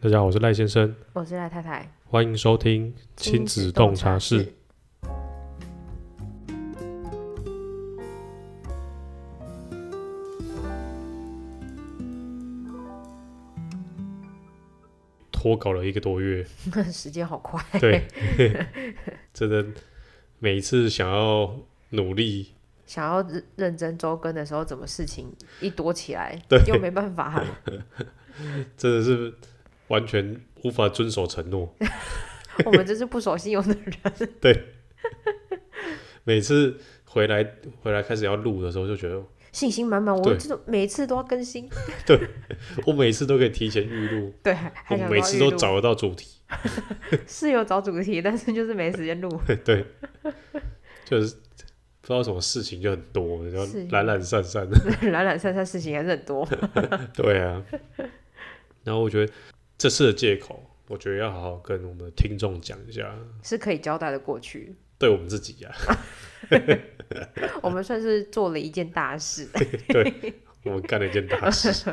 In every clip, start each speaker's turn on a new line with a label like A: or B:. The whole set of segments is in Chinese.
A: 大家好，我是赖先生，
B: 我是赖太太，
A: 欢迎收听亲子洞察室。。脱稿了一个多 月，
B: 时间好快，
A: 对， 真的每一次想要努力，
B: 想要认认真周更的时候，怎么事情一多起来
A: 对，
B: 又没办法。
A: 真的是完全无法遵守承诺。
B: 我们真是不守信用的人。
A: 每次回来回来开始要录的时候，就觉得
B: 信心满满，我
A: 对
B: 这种每次都要更新，
A: 我每次都可以提前预录，
B: 对，还
A: 我
B: 想
A: 每
B: 说
A: 次
B: 预
A: 都
B: 录
A: 找得到主题。
B: 是有找主题，但是就是没时 间录。
A: 对，就是不知道什么事情就很多，然后
B: 是
A: 懒懒散散的。
B: 懒懒散散事情还是很多，
A: 对 啊，然后我觉得这次的借口，我觉得要好好跟我们的听众讲一下，
B: 是可以交代的过去。
A: 对我们自己呀、啊
B: 我们算是做了一件大事，
A: 我们干了一件大事。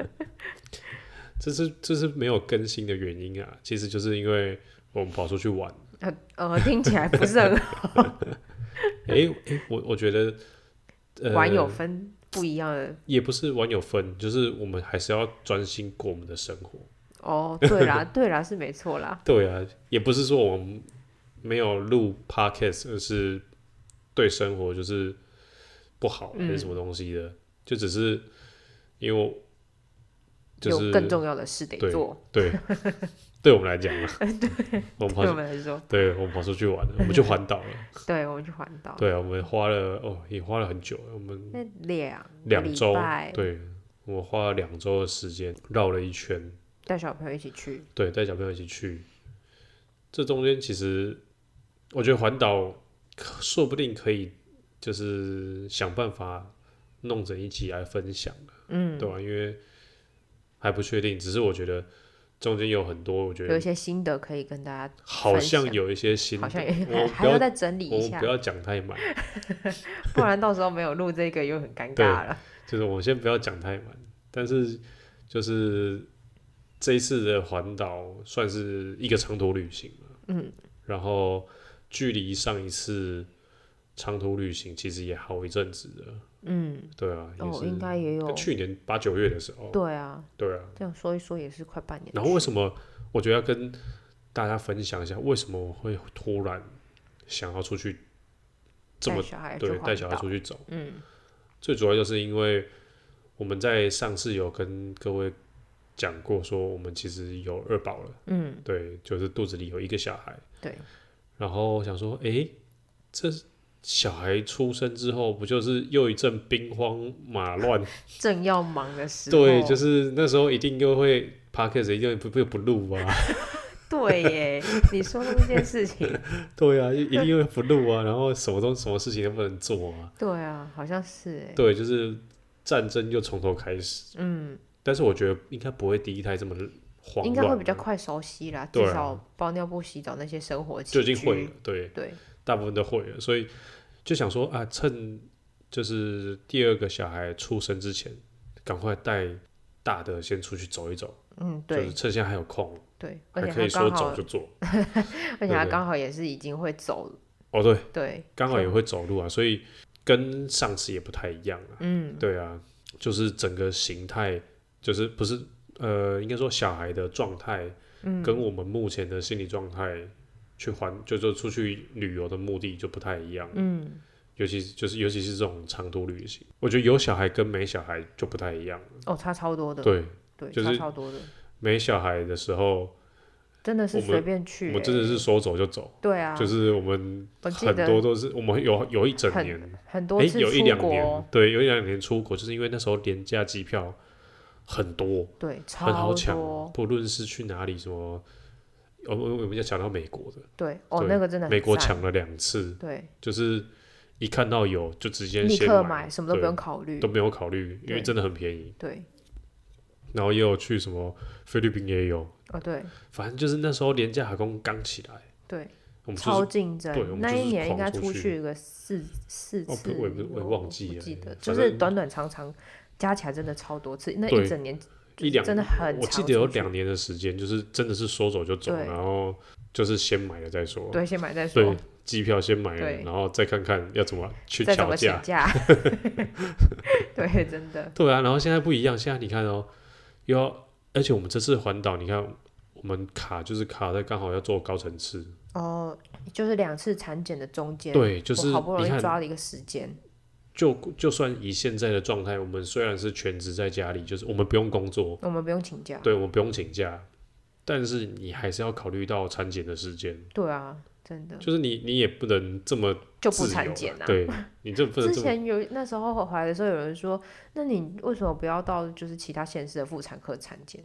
A: 这是这是没有更新的原因啊，其实就是因为我们跑出去玩。
B: 呃呃，听起来不是很
A: 诶，诶我我觉得， 呃，
B: 玩有分不一样的
A: 也不是玩有分，就是我们还是要专心过我们的生活。
B: 哦。对啦，对啦，是没错啦。
A: 对啊，也不是说我们没有录 podcast，而是对生活就是不好啊还
B: 嗯
A: 是什么东西的，就只是因为我就
B: 有
A: 是
B: 更重要的事得
A: 对
B: 做，
A: 对，对我们来讲嘛，我们跑
B: 对我
A: 出
B: 们来说，
A: 对我们跑出去玩了，我们去环岛了，
B: 对我们去环岛，
A: 对啊，我们花了哦也花了很久，我们
B: 那两个
A: 两
B: 礼
A: 周
B: 拜，
A: 对我花了两周的时间绕了一圈，
B: 带小朋友一起去，
A: 对，带小朋友一起去。这中间其实，我觉得环岛可说不定可以，就是想办法弄成一集来分享，
B: 嗯，
A: 对吧、啊因为还不确定，只是我觉得中间有很多，我觉
B: 有一
A: 得
B: 些心得可以跟大家，
A: 好
B: 分
A: 像
B: 享
A: 有一些新的，
B: 好像也
A: 我
B: 还
A: 不
B: 还要
A: 要
B: 再整理一
A: 我
B: 下
A: 不，要讲太满，
B: 不然到时候没有录这个又很尴
A: 对
B: 尬了。
A: 就是我先不要讲太满，但是就是这一次的环岛算是一个长途旅行了，
B: 嗯，
A: 然后距离上一次长途旅行其实也好一阵子了，
B: 嗯，
A: 对啊，也
B: 哦，
A: 是、
B: 应该也有，
A: 去年八九月的时候，
B: 对啊，
A: 对啊，
B: 这样说一说也是快半年了。
A: 然后为什么我觉得要跟大家分享一下，为什么我会突然想要出去这么
B: 带小孩去
A: 对
B: 环
A: 带小孩
B: 岛
A: 出去走？
B: 嗯，
A: 最主要就是因为我们在上次有跟各位讲过，说我们其实有二宝了，
B: 嗯，
A: 对，就是肚子里有一个小孩，
B: 对，
A: 然后想说，诶，这小孩出生之后，不就是又一阵兵荒马乱？
B: 正要忙的时候，
A: 对，就是那时候一定又会 p o d c a s t 一定不不不录啊，
B: 对耶，你说的这件事情，
A: 对啊，一定会不录啊，然后什么都什么事情都不能做啊，
B: 对啊，好像是哎，
A: 对，就是战争又从头开始。
B: 嗯，
A: 但是我觉得应该不会第一胎这么慌乱啊，
B: 应该会比较快熟悉啦，
A: 对
B: 至
A: 啊
B: 少包尿布、洗澡那些生活起
A: 就已经
B: 居
A: 会了，对，
B: 对，
A: 大部分都会了，所以就想说啊，趁就是第二个小孩出生之前，赶快带大的先出去走一走，
B: 嗯，
A: 就
B: 对
A: 是趁现在还有空，
B: 对，而
A: 还
B: 且
A: 可以
B: 他
A: 说
B: 刚
A: 走
B: 好
A: 就，做。
B: 而且
A: 对
B: 他
A: 对
B: 刚好也是已经会走了，
A: 哦，对，
B: 对，
A: 刚好也会走路啊，所以跟上次也不太一样啊。
B: 嗯，
A: 对啊，就是整个形态，就是不是呃，应该说小孩的状态，
B: 嗯
A: 跟我们目前的心理状态去环，就就出去旅游的目的就不太一样。嗯，尤其是就是尤其是这种长途旅行，我觉得有小孩跟没小孩就不太一样了。
B: 哦，差超多的，
A: 对，
B: 对，
A: 就
B: 差
A: 是
B: 超多的，
A: 没小孩的时候，
B: 真的是
A: 我们
B: 随便
A: 我
B: 去，
A: 们真的是
B: 欸，
A: 说走就走，
B: 对啊，
A: 就是我们
B: 我记
A: 很
B: 得
A: 多都是我们有有一整
B: 很
A: 年。
B: 很
A: 哎、
B: 多次
A: 有一
B: 出
A: 两
B: 国
A: 年，，对，有一两年出国，就是因为那时候廉价机票很多，
B: 对，
A: 很好
B: 超
A: 抢，
B: 多，
A: 不论是去哪里，什么，我我我们要抢到美国的，
B: 对，哦，
A: 对
B: 那个真的很
A: 美国
B: 赞，
A: 抢了两次，
B: 对，
A: 就是一看到有就直接
B: 立
A: 先
B: 刻
A: 买，
B: 什么都
A: 对
B: 不用考虑
A: 都，没有考虑，因为
B: 对
A: 真的很便宜。
B: 对，
A: 然后也有去什么菲律宾也有，
B: 哦，对
A: 反正就是那时候廉价航空刚起来，
B: 对，
A: 我们就
B: 超
A: 是
B: 竞
A: 对我们
B: 争，那
A: 就
B: 一
A: 是
B: 年应
A: 狂
B: 该
A: 出
B: 出
A: 去
B: 去个四四
A: 哦
B: 次，
A: 不我也不我也忘记
B: 不
A: 了
B: 记
A: 欸
B: 得，
A: 反
B: 就是
A: 正
B: 短短长长加起来真的超多次，那
A: 对
B: 一整年
A: 一两
B: 真的很
A: 我记
B: 常
A: 得有
B: 出去
A: 两年的时间，就是真的是说走就走，
B: 对
A: 然后就是先买了再说，
B: 对，先买再说
A: 对，，机票先买了，
B: 对
A: 然后再看看要怎么去
B: 再怎
A: 调
B: 么请
A: 价，
B: 假，对，真的，
A: 对啊，然后现在不一样，现在你看哦，又要，而且我们这次环岛，你看我们卡就是卡在刚好要做高层次，
B: 哦，就是两次产检的中间，
A: 对，就是
B: 我好不容
A: 你
B: 易
A: 看，
B: 抓了一个时间，
A: 就就算以现在的状态，我们虽然是全职在家里，就是我们不用工作，
B: 我们不用请假，
A: 对，我们不用请假，但是你还是要考虑到产检的时间，
B: 对啊，真的
A: 就是你你也不能这么
B: 就
A: 自
B: 不
A: 由
B: 产
A: 啊
B: 检啊，
A: 对你这不能
B: 之
A: 这么
B: 前有那时候我怀的时候，有人说，那你为什么不要到就是其他县市的妇产科产检？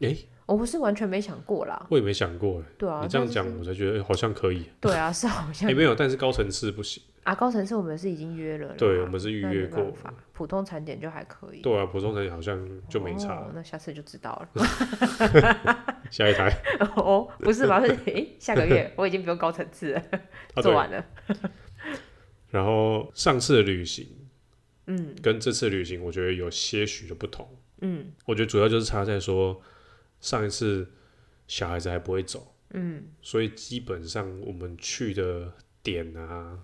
A: 诶
B: 我不是完全没想过啦，
A: 我也没想过哎，
B: 对啊，
A: 你这样
B: 但
A: 讲
B: 是，
A: 我才觉得、诶哎好像 可以，
B: 对啊，是好 像、
A: 哎、没有，但是高层次不行，
B: 啊，高层次我们是已经约了啦，
A: 对我们是预
B: 那
A: 约
B: 没办
A: 过
B: 法，普通产检就还可以，
A: 对啊，普通产检好像就没差
B: 哦
A: 了，
B: 那下次就知道了。
A: 下 一台
B: 哦，不 是吧？是诶，下个月我已经不用高层次了，
A: 啊
B: 做
A: 对，
B: 完了。
A: 然后上次的旅行，嗯，跟这次旅行我觉得有些许的不同。
B: 嗯
A: 我觉得主要就是差在说，上一次小孩子还不会走，
B: 嗯，
A: 所以基本上我们去的点啊，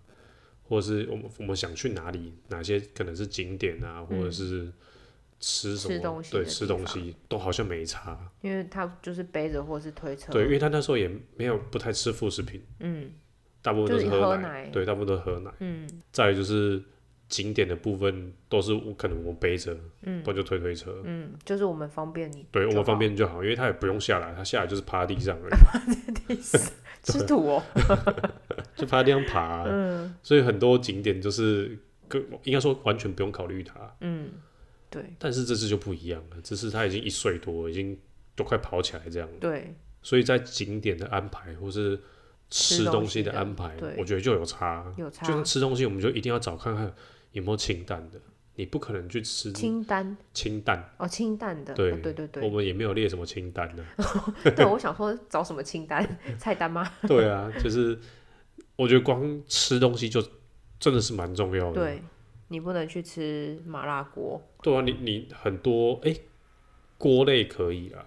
A: 或是我们我们想去哪里，哪些可能是景点啊，或者是吃什么，
B: 嗯吃东西
A: 对，
B: 的
A: 吃
B: 地
A: 东西都好像没差。
B: 因为他就是背着或是推车，
A: 对，因为他那时候也没有不太吃副食品，
B: 嗯
A: 大部分都
B: 就是
A: 喝
B: 喝
A: 奶，
B: 奶
A: 对，大部分都喝奶。
B: 嗯
A: 再来就是景点的部分都是我可能我背着，
B: 嗯
A: 不然就推推车。
B: 嗯，就是我们方便你，
A: 对我们方，便就好，因为他也不用下来，他下来就是趴地上而已。
B: 吃土哦，嗯
A: 就爬地上爬啊、所以很多景点就是跟应该说完全不用考虑它。
B: 嗯，对
A: 但是这次就不一样了，这次他已经一岁多，已经都快跑起来这样了。
B: 对，
A: 所以在景点的安排或是吃
B: 吃东
A: 东
B: 西
A: 西
B: 的
A: 的安排
B: 对，
A: 我觉得就有差。
B: 有差
A: 就。像吃东西，我们就一定要找看看有没有清淡的，你不可能去吃
B: 清单
A: 清淡。
B: 哦，清淡的，
A: 对
B: 哦对对
A: 我
B: 对，
A: 们也没有列什么清啊单 呢、
B: 对我想说找什么清单菜单吗？
A: 对啊，就是我觉得光吃东西就真的是蛮重要的。
B: 对，你不能去吃麻辣锅，
A: 对啊，你你很多哎、锅类可以啦，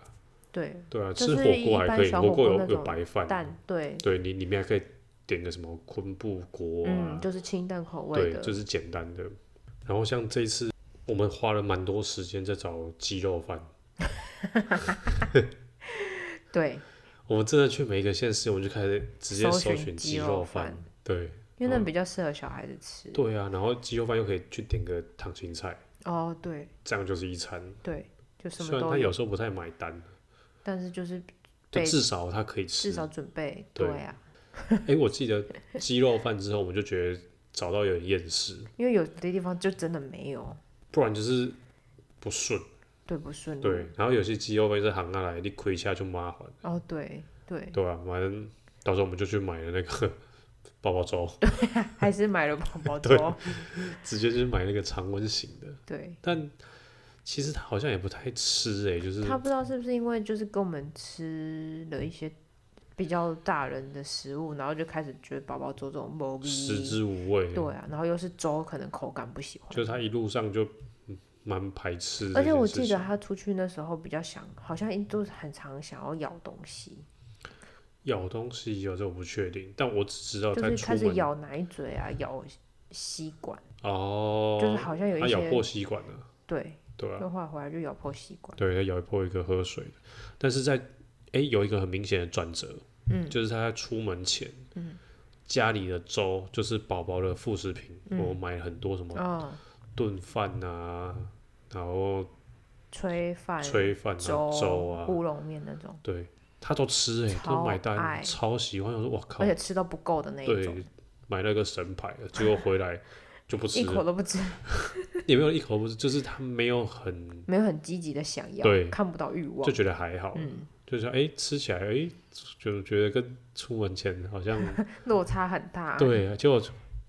B: 对，
A: 对啊，
B: 就
A: 吃
B: 是
A: 火锅
B: 一
A: 还
B: 般
A: 可以，
B: 小
A: 火
B: 火
A: 锅
B: 锅
A: 有
B: 那
A: 有
B: 种
A: 白饭，啊
B: 蛋，对，
A: 对你里面还可以点个什么昆布锅啊
B: 嗯，，就是清淡口味
A: 对，
B: 的，
A: 就是简单的。然后像这一次，我们花了蛮多时间在找鸡肉饭，
B: 对，
A: 我们真的去每一个县市，我们就开始直接
B: 搜
A: 搜
B: 寻
A: 寻
B: 鸡
A: 鸡
B: 肉
A: 肉
B: 饭
A: 饭，对嗯
B: 因为那比较适合小孩子吃。
A: 对啊，然后鸡肉饭又可以去点个烫青菜，
B: 哦，对
A: 这样就是一餐。
B: 对，就什
A: 虽
B: 么
A: 然
B: 都
A: 他有，时候不太买单，
B: 但是就是
A: 就
B: 对
A: 至少他可以吃，
B: 至少准备，
A: 对
B: 对啊，
A: 哎、我记得鸡肉饭之后，我们就觉得找到有点厌世，
B: 因为有的地方就真的没有，
A: 不然就是不顺。
B: 对不顺路，
A: 对，然后有些鸡肉饭是行啊下来，你亏一下就麻烦，
B: 哦，对对，
A: 对吧、啊反正到时候我们就去买了那个 包包粥，
B: 还是买了宝 宝
A: 对
B: 粥，
A: 直接就是买那个常温型的。
B: 对。
A: 但其实他好像也不太吃、欸，哎，就是
B: 他不知道是不是因为就是跟我们吃了一些比较大人的食物，然后就开始觉得宝宝粥这种某
A: 食
B: 味，
A: 之无味，
B: 对啊，然后又是粥，可能口感不喜欢。
A: 就是他一路上就嗯蛮排斥。
B: 而且我记得，他出去那时候比较想，好像一都是很常想要咬东西，
A: 咬东西有时候我不确定，但我只知道
B: 就
A: 在
B: 是
A: 哦出
B: 开始
A: 门
B: 咬奶嘴啊，咬吸管，
A: 哦，
B: 就是好像有
A: 他
B: 一
A: 咬
B: 些
A: 破吸管了，
B: 对，
A: 对啊吧、
B: 又画回来就咬破吸管，
A: 对，他咬破一个喝水的，但是在哎、有一个很明显的转折，
B: 嗯
A: 就是他在出门前，家里的粥就是宝宝的副食品，
B: 嗯
A: 我买了很多什么
B: 啊、
A: 炖饭啊，然后
B: 炊饭、
A: 炊饭啊、
B: 粥、
A: 粥啊，
B: 乌龙面那种，
A: 对他都吃哎、都买
B: 超爱
A: 单，超喜欢，我说哇靠
B: 而，且吃到不够的那一种，
A: 对，买那个神牌的，结果回来就不吃
B: 一口
A: 了，
B: 都不吃。
A: 也没有一口不吃，就是他没有很
B: 没有很积极的想要，
A: 对
B: 看不到欲望
A: 就，觉得还好，
B: 嗯，
A: 就是哎、吃起来哎、就觉得跟出门前好 像。
B: 落差很大，，
A: 对，啊结果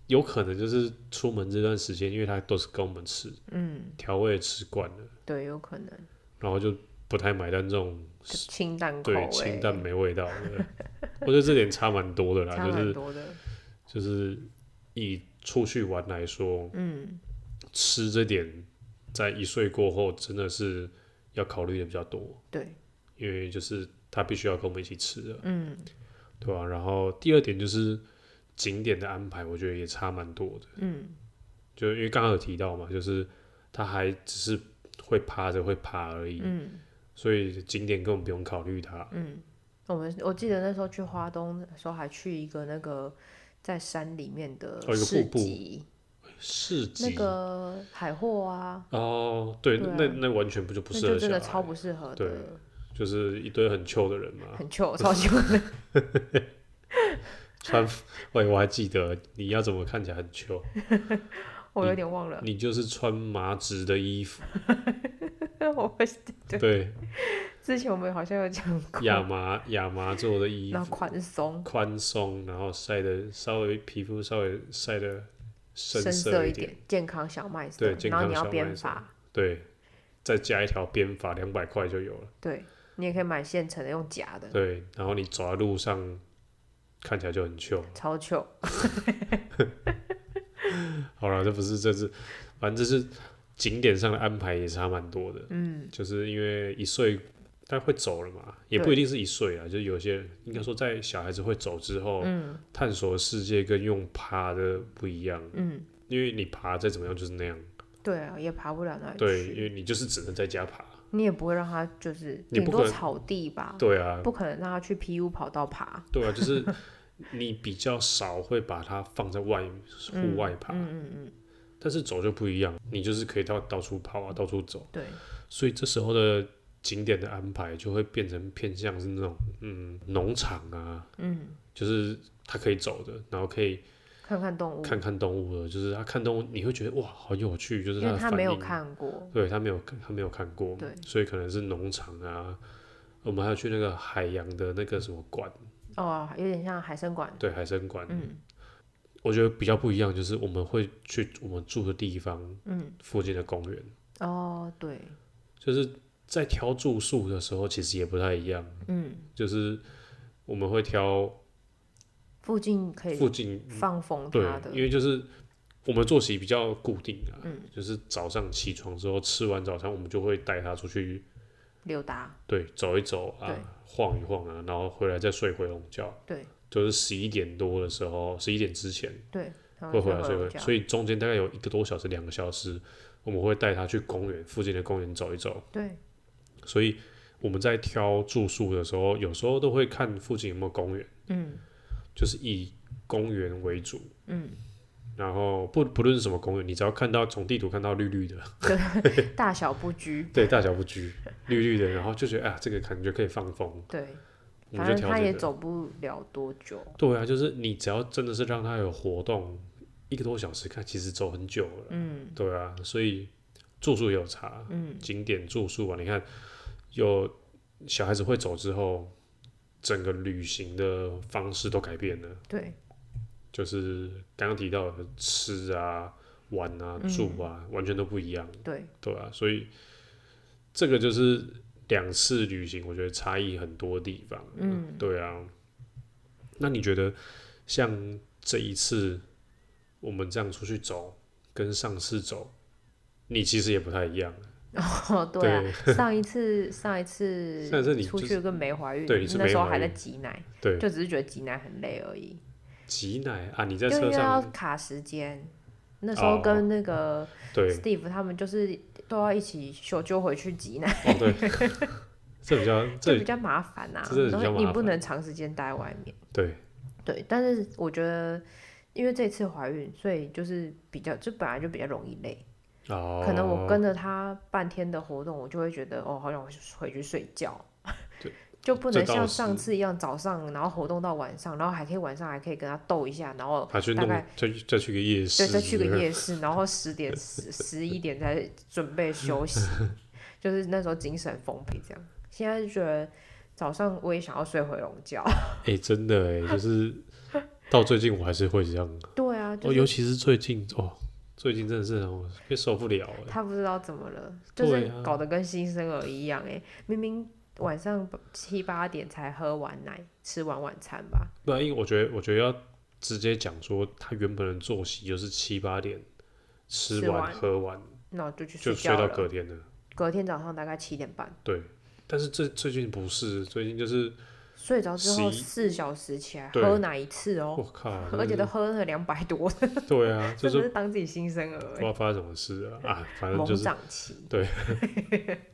A: 有可能就是出门这段时间，因为他都是跟我们吃
B: 嗯，
A: 调味吃惯了，
B: 对，有可能
A: 然后就不太买单这种
B: 就清淡口哎
A: 对
B: 味，
A: 清淡没味道的。 我觉得这点差蛮多的啦，
B: 差
A: 就
B: 蛮
A: 是
B: 多的，
A: 就是以出去玩来说，
B: 嗯，
A: 吃这点在一岁过后真的是要考虑的比较多，
B: 对，
A: 因为就是他必须要跟我们一起吃的，
B: 嗯，
A: 对吧、然后第二点就是景点的安排，我觉得也差蛮多的，
B: 嗯，
A: 就因为刚刚有提到嘛，就是他还只是会趴着会爬而已，
B: 嗯，
A: 所以景点根本不用考虑它。
B: 嗯，我们我记得那时候去花东的时候，还去一个那个在山里面的
A: 哦一个
B: 市
A: 瀑布
B: 集，
A: 市集、
B: 那个海货啊，
A: 哦，对，
B: 对啊
A: 那那完全不就不
B: 那
A: 适合
B: 就
A: 小
B: 真的
A: 孩，
B: 超不适合
A: 对啊
B: 的，
A: 就是一堆很糗的人嘛，
B: 很 糗，超喜欢的。
A: 穿，喂，我还记得你要怎么看起来很 糗，
B: 我有点忘了，
A: 你就是穿麻质的衣服，
B: 我会对
A: 对，
B: 之前我们好像有讲过，
A: 亚麻亚麻做的衣
B: 然后
A: 服，
B: 宽松
A: 宽松，然后晒的稍微皮肤稍微晒的深
B: 深
A: 色
B: 色一
A: 点，
B: 点，健康小麦色
A: 对，健
B: 然后
A: 康
B: 你要
A: 小麦
B: 编
A: 色
B: 发，
A: 对，再加一条编发，两百块就有了，
B: 对，你也可以买现成的，用假的，
A: 对，然后你走在路上看起来就很糗。
B: 超糗。
A: 好了，这不是这是，反正这是景点上的安排也差蛮多的。嗯，就是因为一岁他会走了嘛，也不
B: 对
A: 一定是一岁啊，就是有些应该说在小孩子会走之后，嗯，探索世界跟用爬的不一样。
B: 嗯，
A: 因为你爬再怎么样就是那样，
B: 对啊，也爬不了哪里
A: 对，因
B: 去，
A: 为你就是只能在家爬。
B: 你也不会让他就是
A: 你
B: 顶
A: 不
B: 多
A: 可能
B: 草地吧，
A: 对啊，
B: 不可能让他去 PU 跑道爬。
A: 对啊，就是你比较少会把它放在外户外爬，
B: 嗯嗯嗯，
A: 但是走就不一样，你就是可以到到处跑啊，到处走。
B: 对，
A: 所以这时候的景点的安排就会变成偏向是那种嗯农场啊，
B: 嗯，
A: 就是它可以走的，然后可以
B: 看看动物，
A: 看看动物的，就是它看动物你会觉得哇好有趣，就是
B: 因
A: 它
B: 为
A: 的
B: 他
A: 反
B: 没有
A: 应，
B: 看过，
A: 对它没有它没有看过嘛，
B: 对
A: 所以可能是农场啊。我们还要去那个海洋的那个什么馆，
B: 哦，有点像海参馆，
A: 对海参馆。
B: 嗯
A: 我觉得比较不一样，就是我们会去我们住的地方
B: 嗯，
A: 附近的公园，
B: 哦，对，
A: 就是在挑住宿的时候，其实也不太一样。
B: 嗯，
A: 就是我们会挑
B: 附近可
A: 附
B: 以
A: 近，
B: 放风
A: 对
B: 他，的，
A: 因为就是我们作息比较固定啊，
B: 嗯
A: 就是早上起床之后吃完早餐，我们就会带他出去，
B: 溜达，
A: 对，走一走啊
B: 对，
A: 晃一晃啊，然后回来再睡回笼觉，
B: 对
A: 就是十一点多的时候，十一点之前
B: 对，然
A: 会
B: 后
A: 回来
B: 就
A: 睡
B: 回
A: 回，
B: 家
A: 所以中间大概有一个多小时、两个小时，我们会带他去公园附近的公园走一走，
B: 对，
A: 所以。我们在挑住宿的时候，有时候都会看附近有没有公园，
B: 嗯
A: 就是以公园为主，
B: 嗯，
A: 然后不不论是什么公园，你只要看到从地图看到绿绿的，
B: 大小不拘，
A: 对，大小不拘，绿绿的，然后就觉得啊，这个感觉可以放风，
B: 对，
A: 我们
B: 反
A: 就
B: 正
A: 调
B: 他也
A: 这个。
B: 走不了多久，
A: 对啊，就是你只要真的是让他有活动，一个多小时看，其实走很久了。
B: 嗯
A: 对啊，所以住宿也有差，
B: 嗯，
A: 景点住宿啊，你看有小孩子会走之后，整个旅行的方式都改变了。
B: 对，
A: 就是刚刚提到的吃啊、玩啊、住啊，
B: 嗯
A: 完全都不一样。
B: 对，
A: 对啊，所以这个就是两次旅行，我觉得差异很多地方。
B: 嗯
A: 对啊。那你觉得像这一次我们这样出去走，跟上次走，你其实也不太一样。
B: 哦，对啊，上一次上一次
A: 上一次你
B: 出
A: 就
B: 去跟没怀孕，
A: 对你是
B: 那时候
A: 没怀
B: 还在
A: 孕
B: 挤奶，
A: 对，
B: 就只是觉得挤奶很累而已，
A: 挤奶啊，你在
B: 就因
A: 车
B: 为要
A: 上哦
B: 卡时间。那时候跟那个
A: 对
B: Steve 他们就是都要一起修就回去挤奶，
A: 哦对， 这比较
B: 就
A: 这
B: 比较麻烦啊
A: 这真。的
B: 然
A: 比较
B: 后你
A: 麻
B: 不
A: 烦
B: 能长时间待在外面。
A: 对
B: 对，但是我觉得，因为这次怀孕，所以就是比较就本来就比较容易累。
A: 哦，
B: 可能我跟着他半天的活动，我就会觉得哦，好想回去睡觉
A: 对，
B: 就不
A: 这
B: 能
A: 倒
B: 像
A: 是
B: 上次一样早上，然后活动到晚上，然后还可以晚上还可以跟他斗一下，然后
A: 还去
B: 大
A: 弄
B: 概
A: 再去再去个夜市，
B: 对再去个夜市，然后十点十十一点才准备 休息，就是那时候精神丰沛这样。现在就觉得早上我也想要睡回笼觉，
A: 哎、真的哎、就是到最近我还是会这样，
B: 对啊，就
A: 哦，尤
B: 是
A: 其是最近哦，最近真的是让我也受不了哎、
B: 他不知道怎么了，就
A: 对
B: 是
A: 啊
B: 搞得跟新生儿一样哎、明明晚上七八点才喝完奶，吃完晚餐吧。
A: 不啊然因为我觉得，我觉得要直接讲说，他原本的作息就是七八点吃
B: 吃
A: 完
B: 完
A: 喝完
B: 那我就去
A: 就
B: 睡
A: 睡
B: 觉
A: 到
B: 了。
A: 隔天了，
B: 隔天早上大概七点半
A: 对，但是这最近不是，最近就是
B: 睡着之后
A: 十一
B: 四小时起来
A: 对
B: 喝奶一次
A: 我
B: 哦，
A: 靠，
B: 而且
A: 真的
B: 都 喝了两百多，
A: 是对啊，就
B: 真的
A: 是
B: 是当自己新生儿
A: 不知
B: 欸，
A: 道发生什么事了啊，反正
B: 猛
A: 就是
B: 涨期，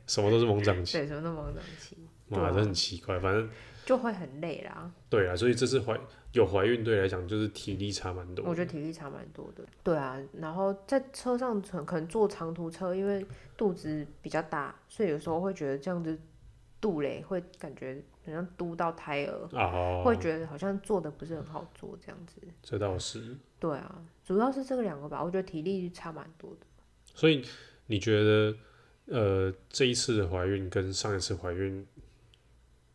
A: 什么都是猛涨期，
B: 对，什么都猛涨期，对
A: 妈
B: 啊
A: 真的很奇怪，反正
B: 就会很累啦。
A: 对啊，所以这次怀有怀孕对来讲就是体力差蛮多的，
B: 我觉得体力差蛮多的。对啊，然后在车上可能可能坐长途车，因为肚子比较大，所以有时候会觉得这样子肚嘞会感觉好像嘟到胎儿，
A: 啊、哦
B: 会觉得好像坐的不是很好坐这样子。
A: 这倒是，
B: 对啊，主要是这个两个吧，我觉得体力差蛮多的。
A: 所以你觉得呃这一次的怀孕跟上一次怀孕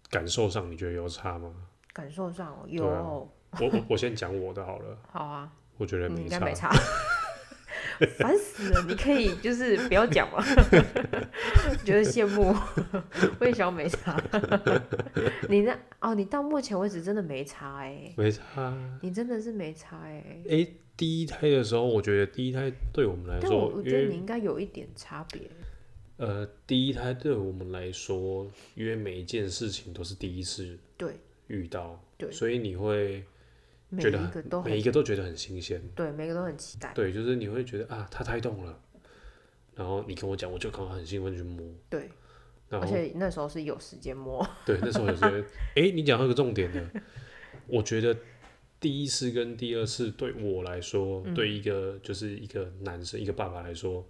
A: 感受上你觉得有差吗？
B: 感受上哦有
A: 对啊
B: 哦、
A: 我我我先讲我的好了，
B: 好啊，
A: 我觉得
B: 你
A: 没
B: 应
A: 差
B: 该，没差， 烦死了！你可以就是不要讲嘛，觉得羡慕， 我也想要没差。 你那哦，你到目前为止真的没差哎、
A: 没差。啊
B: 你真的是没差哎、
A: 诶，第一胎的时候，我觉得第一胎对我们来
B: 但我
A: 说，
B: 我
A: 因
B: 觉得你
A: 为
B: 应该有一点差别，
A: 呃，第一胎对我们来说，因为每一件事情都是第一次
B: 对
A: 遇到，
B: 对
A: 所以你会
B: 每
A: 觉
B: 一
A: 得
B: 个都
A: 每
B: 很
A: 一个都觉得很新鲜，
B: 对，每个都很期待，
A: 对，就是你会觉得啊，它胎动了，然后你跟我讲，我就刚好很兴奋去摸，
B: 对，
A: 然后
B: 而且那时候是有时间摸，
A: 对，那时候有觉得，诶，你讲到一个重点呢，我觉得。第一次跟第二次对我来说，
B: 嗯
A: 对一个就是一个男生一个爸爸来说，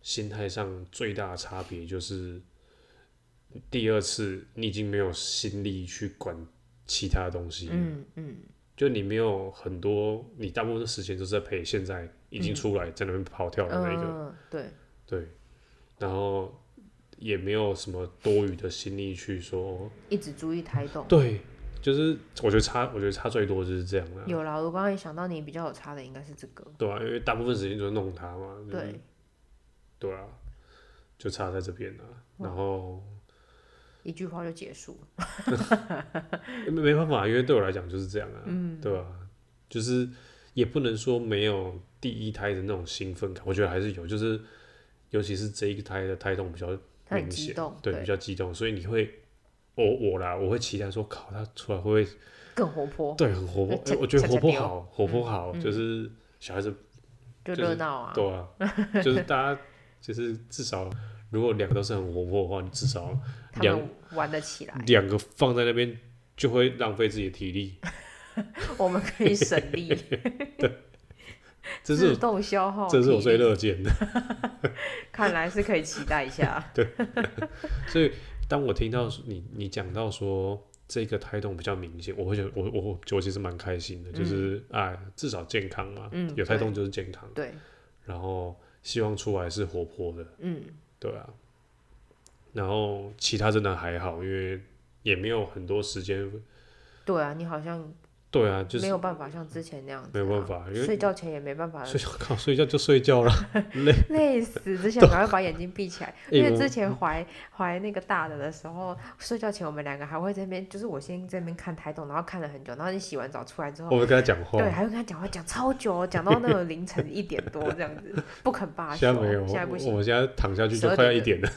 A: 心态上最大的差别就是，第二次你已经没有心力去管其他东西，
B: 嗯嗯，
A: 就你没有很多，你大部分的时间都是在陪现在已经出来在那边跑跳的那一个，
B: 嗯，对，
A: 对，然后也没有什么多余的心力去说，
B: 一直注意胎动。
A: 对，就是我觉得差，我觉得差最多就是这样了、
B: 有啦，我刚才想到你比较有差的应该是这个，
A: 对啊，因为大部分时间都在弄它嘛，就是
B: 对，
A: 对啊，就差在这边了、然后
B: 一句话就结束。
A: 没没办法，因为对我来讲就是这样啊，
B: 嗯
A: 对吧、就是也不能说没有第一胎的那种兴奋感，我觉得还是有，就是尤其是这一胎的胎动比较
B: 他很
A: 明
B: 激
A: 显
B: 动，，
A: 对，比较激动，所以你会，我我啦，我会期待说，靠，他出来会不会
B: 更活泼，
A: 对很活泼？
B: 恰
A: 哎我觉得
B: 哦恰恰
A: 活泼
B: 丢嗯
A: 好，活泼好，就是小孩子
B: 就
A: 就是
B: 热闹啊，
A: 对啊，就是大家就是至少，如果两个都是很活泼的话，你至少
B: 他
A: 两
B: 们玩 得起来，
A: 两个放在那边就会浪费自己的体力，
B: 我们可以省力，
A: 这
B: 自
A: 是
B: 动消耗体
A: 这
B: 力，
A: 是我最乐见的。
B: 看来是可以期待 一下，
A: 所以当我听到你你讲到说这个胎动比较明显，我会觉得我我我我其实蛮开心的，就是、啊至少健康嘛，
B: 嗯
A: 有胎动就是健康，
B: 对，
A: 然后希望出来是活泼的，
B: 嗯，
A: 对啊。然后其他真的还好，因为也没有很多时间。
B: 对啊，你好像
A: 对啊，就是
B: 没有办法像之前那样子啊，
A: 没有办法因为
B: 睡觉前也没办法，
A: 睡觉，靠，睡觉就睡觉了。
B: 累 死，之前赶快把眼睛闭起来，
A: 哎
B: 因为
A: 我
B: 之前怀怀那个大的的时候，睡觉前我们两个还会在那边，就是我先在那边看台动，然后看了很久，然后你洗完澡出来之后
A: 我。们跟他讲话，
B: 对，还会跟他讲话，讲超久哦，讲到那个凌晨一点多这样子，不肯 罢休。
A: 现在没有，
B: 现在不
A: 我我
B: 行，
A: 们现在躺下去就快要一点了。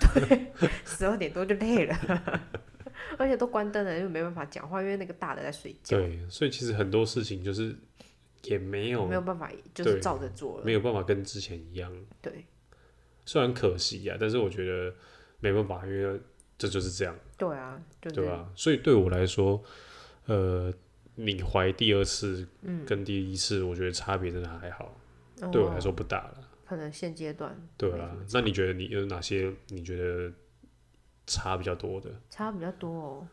B: 十二点多就累了， 而且都关灯了，又没办法讲话，因为那个大的在睡觉，
A: 对，所以其实很多事情就是也没有
B: 没有办法就是
A: 对
B: 照着做
A: 没
B: 了。
A: 有办法跟之前一样，
B: 对
A: 虽然可惜呀、但是我觉得没办法，因为这就是这样，
B: 对啊，就是
A: 对吧、所以对我来说，呃，你怀第二次
B: 嗯，
A: 跟第一次，我觉得差别真的还好，
B: 哦
A: 对我来说不大了，
B: 可能现阶段
A: 对
B: 没什
A: 啊
B: 么。
A: 那你觉得你有哪些你觉得差比较多的？
B: 差比较多哦。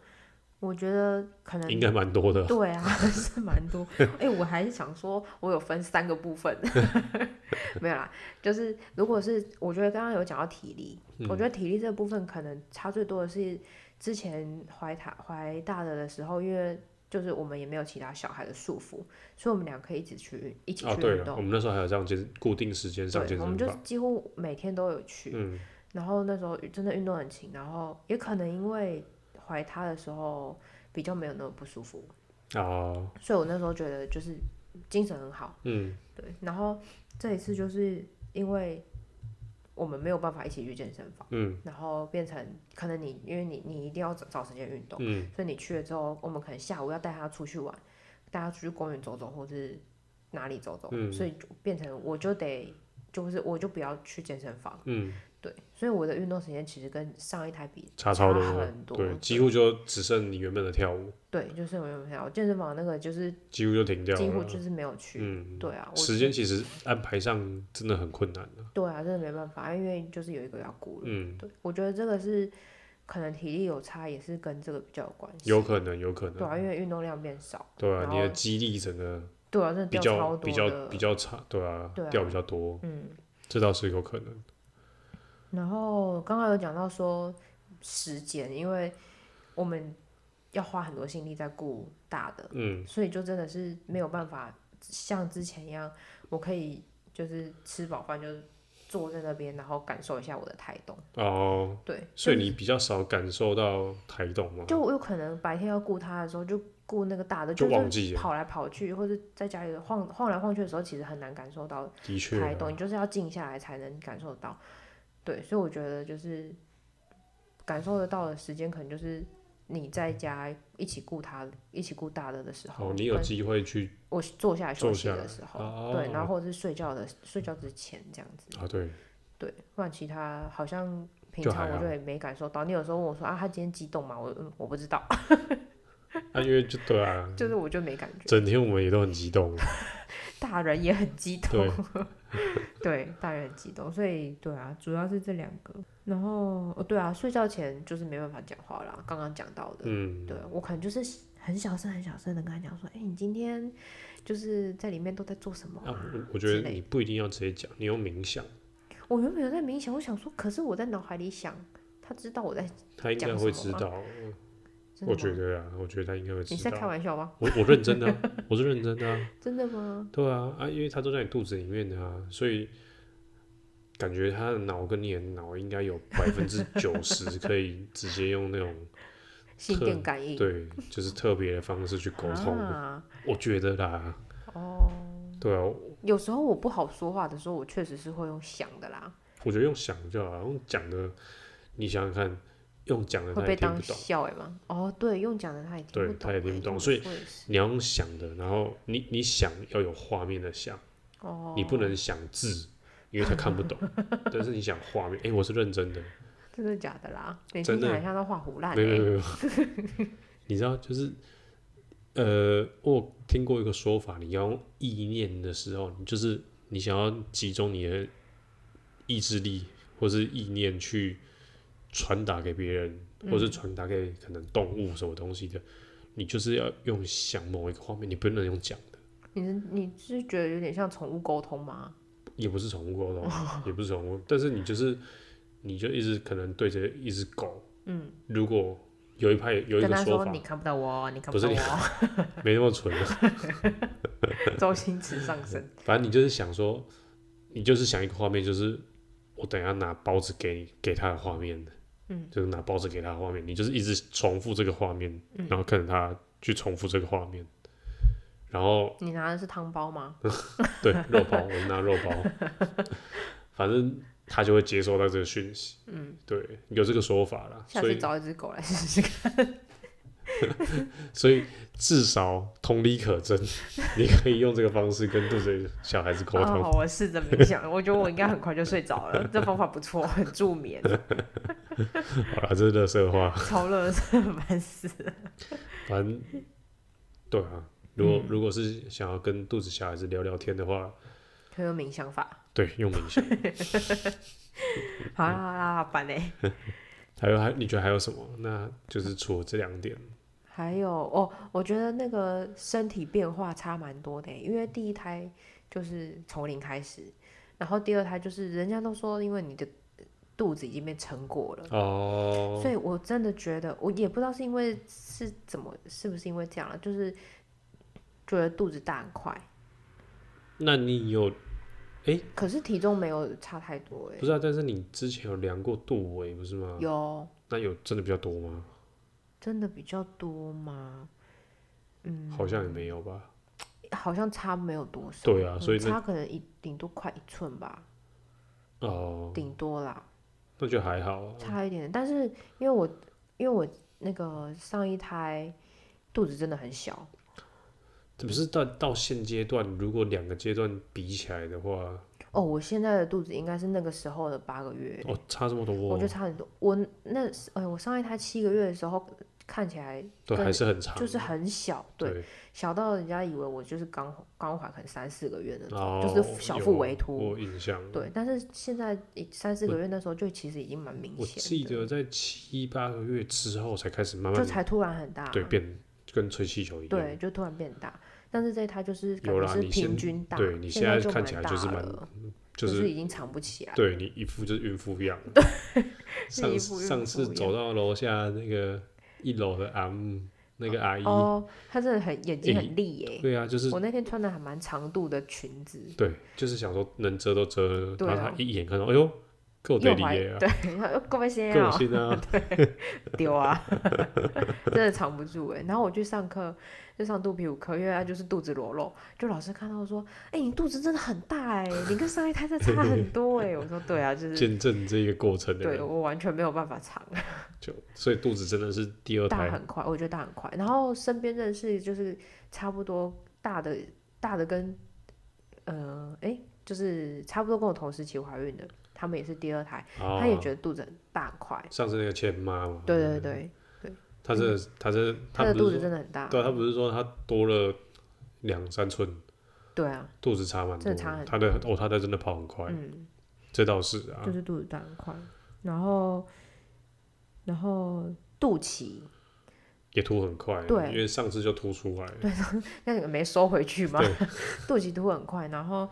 B: 我觉得可能
A: 应该蛮多 的，
B: 对啊， 是蛮多。 哎、我还想说，我有分三个部分， 没有啦，就是如果是我觉得刚刚有讲到体力，
A: 嗯
B: 我觉得体力这部分可能差最多的是之前怀他怀大的的时候，因为就是我们也没有其他小孩的束缚，所以我们俩可以一起去一起
A: 哦，
B: 去
A: 对
B: 运
A: 了，我
B: 动。
A: 们那时候还有上健固定时间上
B: 对，
A: 健
B: 我们
A: 身
B: 就
A: 房，
B: 几乎每天都有去，
A: 嗯，
B: 然后那时候真的运动很勤，然后也可能因为怀他的时候比较没有那么不舒服，
A: 哦，
B: 所以我那时候觉得就是精神很好。
A: 嗯，
B: 对，然后这一次就是因为我们没有办法一起去健身房，
A: 嗯
B: 然后变成可能你因为你你一定要找找时间运动，
A: 嗯
B: 所以你去了之后，我们可能下午要带他出去玩，带他出去公园走走，或是哪里走走，
A: 嗯
B: 所以就变成我就得就是我就不要去健身房，
A: 嗯，
B: 对，所以我的运动时间其实跟上一台比
A: 差超多了，
B: 很多，
A: 对，几乎就只剩你原本的跳舞，
B: 对，就是我有有健身房那个就是
A: 几乎就停掉
B: 几乎
A: 了，
B: 就是没有去，
A: 嗯，
B: 对啊，我
A: 时间其实安排上真的很困难的、
B: 对啊，真的没办法，因为就是有一个要顾了，
A: 嗯，
B: 对，我觉得这个是可能体力有差，也是跟这个比较有关系，
A: 有可能，有可能，
B: 对啊，因为运动量变少，
A: 对啊，
B: 然
A: 你的
B: 后
A: 肌力整个
B: 对啊，真的
A: 比
B: 掉
A: 较
B: 超
A: 比
B: 多
A: 较
B: 的，
A: 比较差，对啊，
B: 对啊
A: 掉比较多，
B: 嗯。
A: 这倒是有可能，
B: 然后刚刚有讲到说时间，因为我们要花很多心力在顾大的，
A: 嗯，
B: 所以就真的是没有办法像之前一样，我可以就是吃饱饭就坐在那边，然后感受一下我的台东。
A: 哦，
B: 对，
A: 所以
B: 就
A: 你比较少感受到台动嘛，
B: 就我有可能白天要顾他的时候，就顾那个大的，
A: 就忘
B: 是
A: 记了，
B: 跑来跑去，或者在家里晃晃来晃去的时候，其实很难感受到
A: 的确啊、
B: 台东，你就是要静下来才能感受到。对，所以我觉得就是感受得到的时间，可能就是你在家一起顾他、一起顾大乐的时候，
A: 哦，你有
B: 跟
A: 机会去
B: 我坐下来休
A: 坐
B: 息
A: 下
B: 的
A: 来
B: 时候，
A: 哦
B: 对，然后或者是睡觉的睡觉之前这样子，
A: 啊， 对，
B: 对，不然其他好像平
A: 就
B: 常
A: 还
B: 我就
A: 好
B: 也没感受到。你有时候问我说啊，他今天激动吗？我嗯我不知道，
A: 啊，因为就对啊，
B: 就是我就没感觉。
A: 整天我们也都很激动，啊
B: 大人也很激动
A: 对，
B: 对，大人很激动，所以对啊，主要是这两个。然后哦，对啊，睡觉前就是没办法讲话啦，刚刚讲到的，
A: 嗯，
B: 对我可能就是很小声、很小声的跟他讲说，哎、你今天就是在里面都在做什么、
A: 啊，
B: 啊？
A: 我我觉
B: 之
A: 得
B: 类
A: 你不一定要直接讲，你用冥想，
B: 我原本有在冥想，我想说，可是我在脑海里想，他知道我在，
A: 他应该
B: 讲
A: 会
B: 什
A: 知
B: 么吗
A: 道，嗯
B: 真的
A: 我
B: 吗
A: 觉得啊，我觉得他应该会
B: 你是
A: 知
B: 在开
A: 道。
B: 玩笑吗？
A: 我我认真的啊、 我是认真的、啊，
B: 真的吗？
A: 对啊啊，因为他都在你肚子里面的啊，所以感觉他的脑跟你的脑应该有百分之九 十可以直接用那种
B: 心
A: 特
B: 电感应，
A: 对，就是特别的方式去沟通，
B: 嗯啊，
A: 我觉得啦，
B: 哦，
A: 对啊，
B: 有时候我不好说话的时候，我确实是会用想的啦，
A: 我觉得用想就好，用讲的，你想想看，用讲的他
B: 会
A: 也
B: 被
A: 听
B: 当
A: 不懂，
B: 笑哎吗？哦，对，用讲的他也听
A: 对
B: 不懂哎，
A: 他也听不懂
B: 我
A: 所以
B: 我也是
A: 你要用想的，然后你你想要有画面的想，
B: 哦，
A: 你不能想字，因为他看不懂，但是你想画面，哎、我是认真的，
B: 真的假的啦？你
A: 真
B: 听起
A: 的
B: 来很像在画胡烂
A: 没有没有
B: 哎，
A: 没有， 你知道就是。呃，我听过一个说法，你要用意念的时候，你就是你想要集中你的意志力或是意念去传达给别人，或是传达给可能动物什么东西的，你就是要用想某一个画面，你不能用讲的，
B: 你是你是觉得有点像宠物沟通吗？
A: 也不是宠物沟通，
B: 哦
A: 也不是宠物，但是你就是你就一直可能对着一只狗，
B: 嗯，
A: 如果有一派有一
B: 跟
A: 个
B: 他
A: 说法
B: 你，看不到我，你看
A: 不
B: 到
A: 是
B: 我，
A: 没那么蠢啊，
B: 周星驰上身，
A: 反正你就是想说，你就是想一个画面，就是我等一下拿包子给你给他的画面的，
B: 嗯，
A: 就是拿包子给他的画面，你就是一直重复这个画面，
B: 嗯
A: 然后看着他去重复这个画面，然后
B: 你拿的是汤包吗？
A: 对肉 包，我拿肉包，反正他就会接收到这个讯息，
B: 嗯，
A: 对，有这个说法啦，
B: 下
A: 所
B: 次
A: 以
B: 找一只狗来试试看。
A: 所以至少同理可证， 你可以用这个方式跟肚子里的小孩子沟
B: 啊
A: 通，
B: 好，我试着冥想，我觉得我应该很快就睡着了，这方法不错，很助眠，
A: 好啦，啊这是乐色话。
B: 超乐色， 烦死了。
A: 反正对啊，如果、如果是想要跟肚子小孩子聊聊天的话，
B: 很有冥想法，
A: 对，用冥想。
B: 好啦好欸啦，板嘞。
A: 还有还你觉得还有什么？那就是除了这两点，
B: 还有哦，我觉得那个身体变化差蛮多的欸，因为第一胎就是从零开始，然后第二胎就是人家都说，因为你的肚子已经变成果了，
A: 哦，
B: 所以我真的觉得，我也不知道是因为是怎么，是不是因为这样了，就是觉得肚子大很快，
A: 那你有
B: 可是体重没有差太多哎
A: 不，是啊？但是你之前有量过肚围不是吗？
B: 有
A: 那有真的比较多吗？
B: 真的比较多吗？
A: 好像也没有吧。
B: 好像差没有多少，
A: 对啊
B: 嗯
A: 所以那
B: 差可能一顶多快一寸吧，
A: 哦，
B: 顶多啦，
A: 那就还好啊。
B: 差一点。但是因为我因为我那个上一胎肚子真的很小，
A: 这不是到到现阶段，如果两个阶段比起来的话，
B: 哦，我现在的肚子应该是那个时候的八个月，
A: 哦，差这么多哦，
B: 我觉得差很多。我那哎，我上一胎七个月的时候看起来
A: 对，
B: 跟
A: 还是很长，
B: 就是很小，对，
A: 对，
B: 小到人家以为我就是刚刚怀可能三四个月的那种，
A: 哦，
B: 就是小腹微凸
A: 有我有印象，
B: 对。但是现在已三四个月那时候就其实已经蛮明
A: 我记
B: 显
A: 得
B: 的，
A: 在七八个月之后才开始慢
B: 就
A: 慢
B: 才突然很大，
A: 对变，跟吹气球一样。
B: 对，就突然变大。但是这一胎就是感
A: 有
B: 觉
A: 啦
B: 是
A: 你先
B: 平均大，
A: 对你
B: 现
A: 现在
B: 就
A: 看
B: 蛮
A: 起来
B: 大
A: 就是蛮
B: 了，
A: 就
B: 就是
A: 是
B: 已经藏不起来。
A: 对你一副就是孕妇样。上
B: 一副孕
A: 上次
B: 妇
A: 走到楼下那个一楼的阿姆那个阿姨，
B: 哦，她真的很眼睛
A: 欸
B: 很利耶、
A: 对啊，就是
B: 我那天穿的还蛮长度的裙子，
A: 对，就是想说能遮都遮了，
B: 对
A: 然后
B: 啊
A: 她一眼看到，哎呦，够得
B: 又
A: 力
B: 怀
A: 耶啊，
B: 对， 然后够不先
A: 够
B: 啊，
A: 心 啊，
B: 丢啊， 真的藏不住哎、然后我去上课，就上肚皮舞课，因为他就是肚子裸露，就老师看到说，哎、你肚子真的很大哎、你跟上一胎真的差很多哎、 我说对啊，就是
A: 见证这个过程的
B: 对
A: 人，
B: 我完全没有办法藏，
A: 就所以肚子真的是第二
B: 大
A: 胎，
B: 很快，我觉得大很快。然后身边认识就是差不多大的大的跟，呃，哎、就是差不多跟我同时期怀孕的，他们也是第二胎，
A: 啊
B: 他也觉得肚子很大很快，
A: 上次那个欠妈嘛，
B: 对对对，
A: 她真的她真的
B: 他
A: 她嗯
B: 的
A: 不
B: 肚
A: 是
B: 子
A: 说，
B: 真的很大，
A: 对啊她不是说她多了两三寸，
B: 对啊，
A: 肚子差蛮多
B: 真的
A: 的，
B: 差很
A: 她的哦她的真的跑很快，
B: 嗯。
A: 这倒是啊
B: 就，是肚子大很快，然后然后肚脐
A: 也凸很快，
B: 对
A: 因为上次就凸出来了，
B: 那个没收回去嘛
A: 对，
B: 肚脐凸很快，然后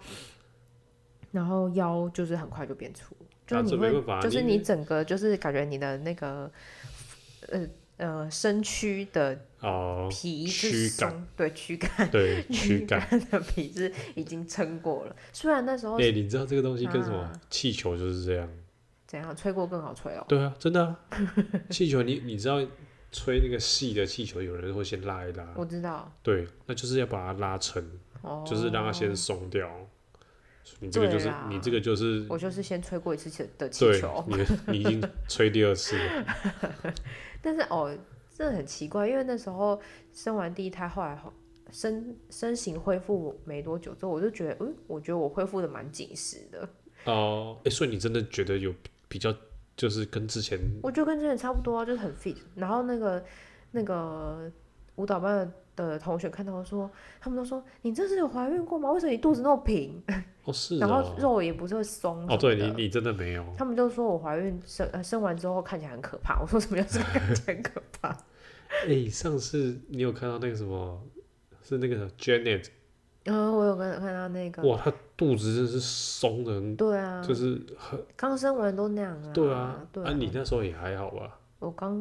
B: 然后腰就是很快就变粗，就是
A: 啊
B: 你
A: 这没
B: 会、
A: 办法
B: 就是
A: 你
B: 你整个就是感觉你的那个呃呃身躯的
A: 哦，
B: 皮
A: 躯
B: 是
A: 哦干
B: 松，对躯干。
A: 对，躯干。
B: 的皮是已经撑过了，虽然那时候
A: 哎、你知道这个东西跟什么、
B: 啊哦
A: 气球就是这样？
B: 怎样吹过更好吹哦，
A: 对啊，真 的啊，气球你你知道吹那个细的气球，有人会先拉一拉，
B: 我知道
A: 对，那就是要把它拉撑，
B: 哦，
A: 就是让它先松掉。你这个就是
B: 对啦
A: 你这个就是
B: 我就是先吹过一次气的气
A: 对
B: 球，，
A: 你的你已经吹第二次了，
B: 但是哦，这很奇怪，因为那时候生完第一胎，后来后身身形恢复没多久之后，我就觉得，嗯，我觉得我恢复的蛮紧实的，
A: 哦、哎、所以你真的觉得有比较就是跟之前
B: 我就跟之前差不多啊，就是很 fit。然后那个那个舞蹈班的同学看到我说，他们都说你这是有怀孕过吗？为什么你肚子那么平？
A: 哦是
B: 然后
A: 哦，
B: 肉也不是会松什么
A: 哦对
B: 的
A: 你你真的没有，
B: 他们就说我怀孕生呃生完之后看起来很可怕，我说什么叫生看起来很可 怕？
A: 哎、上次你有看到那个什么是那个 Janet
B: 嗯，我有跟看到那个，
A: 哇，她肚子真的是松的很，
B: 对啊，
A: 就是很
B: 刚生完都那样啊。
A: 对啊，
B: 对
A: 啊你那时候也还好吧？
B: 我刚，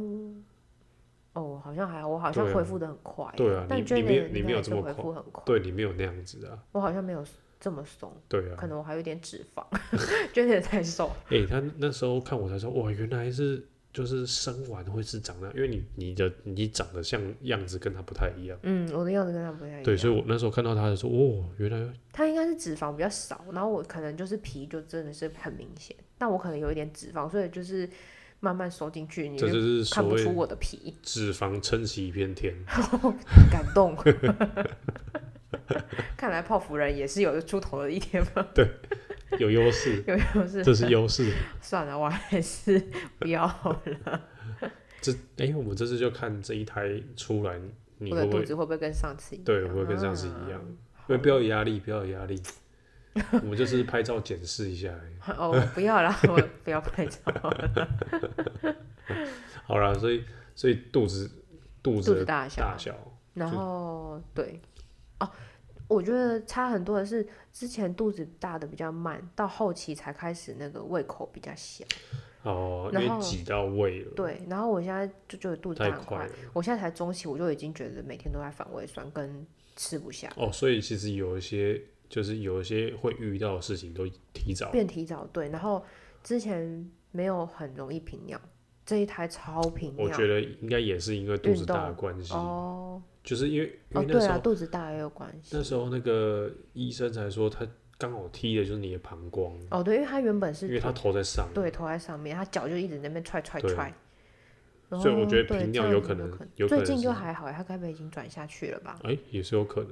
B: 哦，好像还好，我好像
A: 对啊
B: 恢复的很快耶。
A: 对啊
B: 但
A: 你你
B: j e
A: 没有
B: n
A: 你没有这么
B: 恢
A: 快
B: 复很快，
A: 对你没有那样子啊，
B: 我好像没有这么松，
A: 对啊
B: 可，能我还有点脂肪 j e n 太瘦。
A: 哎、她那时候看我才说哇，原来是就是生完会是长那样，因为你你的你长得像样子跟她不太一样，
B: 嗯，我的样子跟他不太一样。
A: 对，所以我那时候看到她的时候，哦，原来
B: 他应该是脂肪比较少，然后我可能就是皮就真的是很明显，但我可能有一点脂肪，所以就是慢慢收进去，你
A: 这
B: 就
A: 就是所
B: 看不
A: 谓
B: 出我的皮，
A: 脂肪撑起一片天，
B: 感动。 看来泡芙人也是有出头的一天嘛，，
A: 有优势
B: 有没有是？
A: 这是优势。
B: 算了，我还是不要了。
A: 这哎、我们这次就看这一胎出来， 你
B: 我
A: 会
B: 的
A: 不
B: 肚
A: 会
B: 子会不啊会跟上次一样？
A: 对会不会跟上次一样？因为不要有压力，不要有压力。我们就是拍照检视一下而已。
B: 啊。哦，不要啦，我不要拍照。
A: 好啦，所以所以肚子 肚
B: 肚子
A: 子的
B: 大小，
A: 大小，
B: 然后对，哦，我觉得差很多的是，之前肚子大的比较慢，到后期才开始那个胃口比较小。
A: 哦、因
B: 然
A: 为
B: 后
A: 挤到胃了，
B: 对，然后我现在就觉得肚子大
A: 太
B: 很
A: 快
B: 快
A: 了。
B: 我现在才中期，我就已经觉得每天都在反胃酸跟吃不下，
A: 哦，所以其实有一些就是有一些会遇到的事情都提早，
B: 变提早对，然后之前没有很容易频尿，这一胎超频
A: 我
B: 尿
A: 觉得应该也是因为肚子
B: 运动
A: 大的关系，
B: 哦
A: 就是因为因
B: 哦
A: 为那
B: 对
A: 时候、
B: 啊，肚子大也有关系
A: 那。时候那个医生才说他刚好踢的就是你的膀胱，
B: 哦，对，因为他原本
A: 因为
B: 是
A: 他
B: 头
A: 头在上，
B: 对头在上面，他脚就一直在那边踹踹
A: 对
B: 踹。然
A: 所以我
B: 后
A: 觉得
B: 对
A: 频
B: 这
A: 尿
B: 样
A: 有
B: 子
A: 可能有可
B: 最
A: 能
B: 近
A: 是
B: 就还好，他该不会已经转下去了吧？
A: 哎、也是有 可能。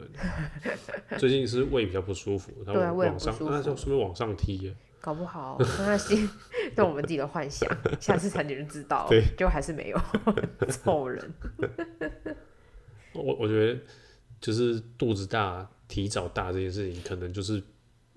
A: 最近是胃比较不舒服，他
B: 对啊
A: 往
B: 胃很
A: 往
B: 不
A: 上，
B: 舒
A: 那
B: 服
A: 就顺便往上踢耶。
B: 搞 不好那他心让我们自己的幻想，下次才能知 道
A: 对，
B: 就还是没有 凑人。
A: 我我觉得就是肚子大、提早大这件事情，可能就是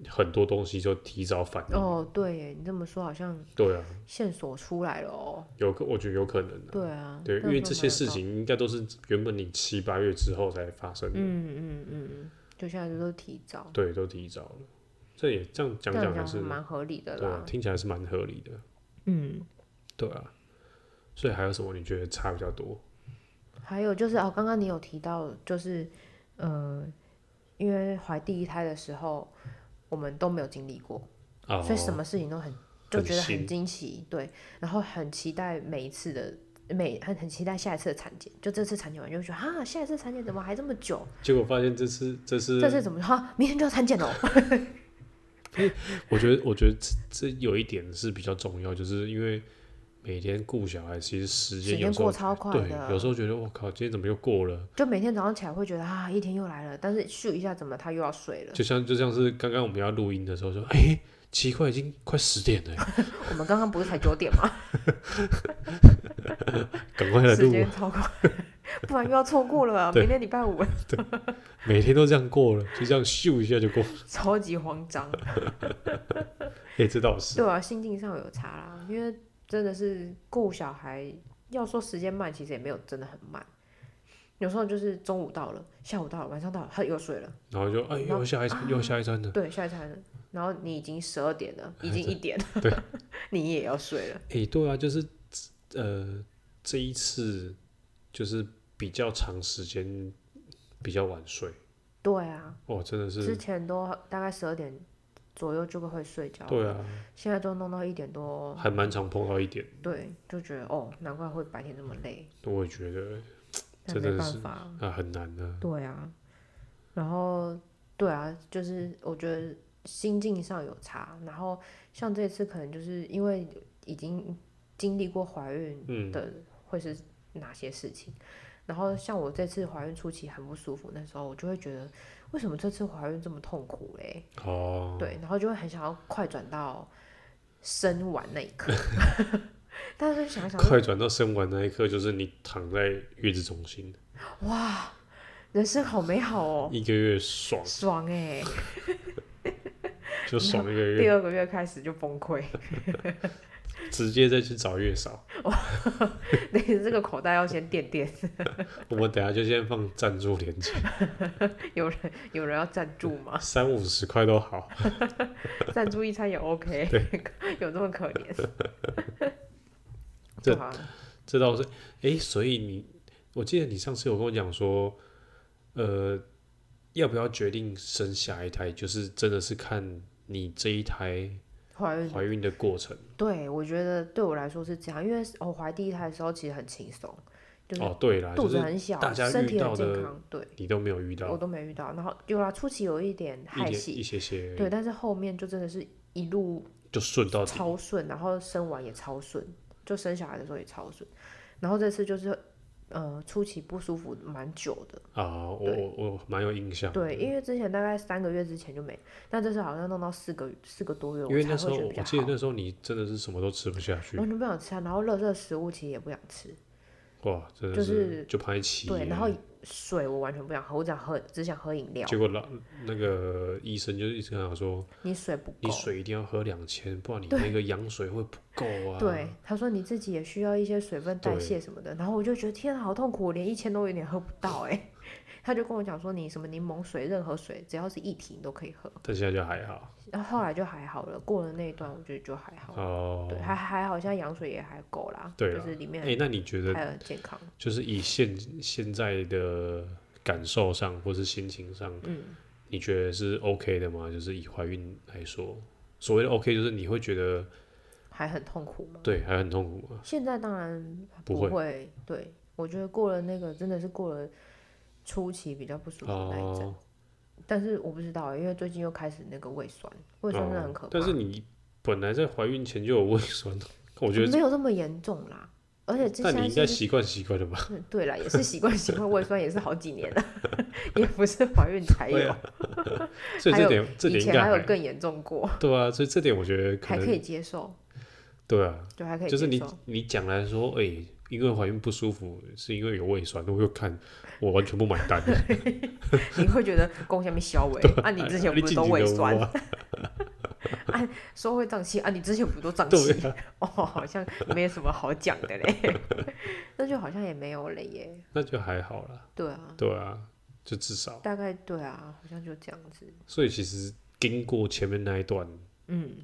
A: 很多东西就提早反应。
B: 哦，对耶，你这么说好像
A: 对啊，
B: 线索出来了哦。
A: 有可我觉得有可能、啊。
B: 对啊，
A: 对，
B: 那
A: 因为这
B: 就蛮
A: 些
B: 有
A: 事
B: 道理，
A: 情应该都是原本你七八月之后才发生的，
B: 嗯嗯嗯嗯，就现在都提早，
A: 对，都提早了。这也这样
B: 这
A: 讲
B: 样
A: 还
B: 讲
A: 是
B: 蛮合理的
A: 对啊
B: 啦，。
A: 听起来是蛮合理的，
B: 嗯，
A: 对啊。所以还有什么你觉得差比较多？
B: 还有就是哦，刚刚你有提到，就是呃，因为怀第一胎的时候，我们都没有经历过。
A: 哦，
B: 所以什么事情都很就
A: 很
B: 觉得
A: 新
B: 很惊奇，对，然后很期待每一次的每很很期待下一次的产检，就这次产检完就觉得啊，下一次产检怎么还这么久？
A: 结果发现这次这次
B: 这次怎么哈、啊，明天就要产检了？
A: 我觉得，我觉得这这有一点是比较重要，就是因为每天顾小孩，其实时
B: 时
A: 间有
B: 间
A: 时候
B: 过超快
A: 对，有时
B: 的，
A: 候觉得我靠，今天怎么又过了？
B: 就每天早上起来会觉得啊，一天又来了，但是咻一下怎么他又要睡了？
A: 就像就像是刚刚我们要录音的时候说，哎、奇怪，已经快十点 了，
B: 我们刚刚不是才九点 吗？
A: 赶快来
B: 时
A: 啊录。
B: 间超快， 不然又要错过了。啊
A: 对
B: 明天礼拜五了，
A: 每天都这样过了，就这样咻一下就过。
B: 超级慌 张。
A: 哎、这倒是，
B: 对啊，心境上有差啦，因为真的是顾小孩，要说时间慢，其实也没有真的很慢。有时候就是中午到了，下午到了，晚上到了，他又睡了，
A: 然后就哎、
B: 然后
A: 又下一餐，又下一餐了。
B: 对，下一餐了，然后你已经十二点了，已经一点了，
A: 对，
B: 你也要睡了，
A: 哎、对啊，就是呃，这一次就是比较长时间比较晚睡，
B: 对啊，
A: 哦，真的
B: 之
A: 是，
B: 前都大概十二点左右就会睡觉，
A: 对，啊，
B: 现在都弄到一点多，
A: 还蛮常碰到一点。
B: 对，就觉得哦，难怪会白天这么累，
A: 我也觉得
B: 但
A: 真
B: 没
A: 的
B: 办
A: 是
B: 法，
A: 啊很难啊。
B: 对啊，然后对啊，就是我觉得心境上有差。然后像这次可能就是因为已经经历过怀孕
A: 嗯，
B: 的会是哪些事情，然后像我这次怀孕初期很不舒服，那时候我就会觉得为什么这次怀孕这么痛苦嘞？
A: 哦，
B: 对，然后就会很想要快转到生完那一刻， 但是想一想说
A: 快转到生完那一刻，就是你躺在月子中心
B: 哇，人生好美好哦，
A: 一个月爽，
B: 爽哎、
A: 就爽一个
B: 第
A: 月，
B: 二个月开始就崩溃，
A: 直接再去找月嫂。
B: 对， 这个口袋要先垫垫，
A: 我们等下就先放赞助链接，？
B: 有人有人要赞助吗
A: 三五十块都好。
B: 赞助一餐也 OK，有 这么可怜？
A: 这
B: 对啊，
A: 这倒是，哎、所以你，我记得你上次有跟我讲说，呃，要不要决定生下一胎，就是真的是看你这一胎
B: 怀孕，
A: 怀孕的过程。
B: 对我觉得对我来说是这样，因为我怀第一胎的时候其实很轻松，就是
A: 哦，对啦，
B: 肚
A: 就
B: 子
A: 是
B: 很小，
A: 大家
B: 身体
A: 遇
B: 很
A: 到
B: 健
A: 的
B: 康，对
A: 你都没有遇到
B: 我，都没遇到。然后有啦，初期有一点
A: 一
B: 害
A: 点一
B: 喜，
A: 些些而已，
B: 对，但是后面就真的是一路
A: 就顺到底。
B: 超顺，然后生完也超顺，就生小孩的时候也超顺。然后这次就是，呃，初期不舒服蛮久的，
A: 啊，我
B: 对
A: 我我蛮有印象的。
B: 对，因为之前大概三个月之前就没，但这次好像弄到四个四个多月，
A: 因
B: 我
A: 为
B: 才
A: 那时候
B: 会觉得
A: 我
B: 比较
A: 记得
B: 好。
A: 那时候你真的是什么都吃不下去
B: 完，全不想吃啊，然后热热食物其实也不想吃，
A: 哇，真的
B: 就是是
A: 就拍起耶。
B: 对，然后水我完全不想喝，我只想喝，只想喝饮料
A: 结。果老那个医生就一直跟他说，
B: 你水不
A: 你
B: 够，
A: 水一定要喝两千，不然你那个羊水会不够啊。
B: 对，，他说你自己也需要一些水分代
A: 对
B: 谢什么的，然后我就觉得天啊，好痛苦，我连一千都有点喝不 到哎、他就跟我讲说你什么柠檬水、任何水，只要是液体你都可以喝。
A: 但现在就还好。
B: 然后后来就还好了，过了那一段我觉得就还好，
A: 哦，
B: 对，还还好，现在羊水也还够啦，
A: 对
B: 就
A: 啦
B: 是里面
A: 哎，那你觉得
B: 还有健康。
A: 就是以现现在的感受上或是心情上，
B: 嗯，
A: 你觉得是 OK 的吗？就是以怀孕来说，所谓的 OK 就是你会觉得
B: 还很痛苦吗？
A: 对还很痛苦吗？
B: 现在当然
A: 嗯不
B: 会，
A: 会
B: 对我觉得过了那个真的是过了初期比较不舒服那一阵，
A: 哦，
B: 但是我不知道欸，因为最近又开始那个胃酸，胃酸真的很可怕。
A: 哦但是你本来在怀孕前就有胃酸，我觉得，
B: 没有那么严重啦，而且之
A: 但你
B: 前
A: 应该
B: 是
A: 习惯习惯了吧？
B: 嗯对啦，也是习惯习惯胃酸，也是好几年了， 也不是怀孕才
A: 对
B: 有
A: 啊，所以
B: 还
A: 这
B: 有
A: 点这
B: 以
A: 点应
B: 前
A: 该
B: 还有
A: 还
B: 更严重过，
A: 对啊，所以这点我觉得可
B: 还可
A: 能
B: 以接受，
A: 对啊，
B: 对，还可以
A: 就是
B: 接
A: 你
B: 受。
A: 你讲来说，哎、因为怀孕不舒服，是因为有胃酸，我又看我完全不买 单。
B: 你会觉得宫下面 消微啊，你之前
A: 你
B: 不是
A: 进
B: 都
A: 行
B: 胃
A: 了
B: 酸，
A: 哇
B: 说会胀气啊，你之前不都胀气？
A: 对啊，
B: 哦，好像没什么好讲的嘞， 那就好像也没有了耶。
A: 那就还好啦，
B: 对啊，
A: 对啊，就至少，
B: 大概对啊，好像就这样子。
A: 所以其实经过前面那一段，
B: 嗯，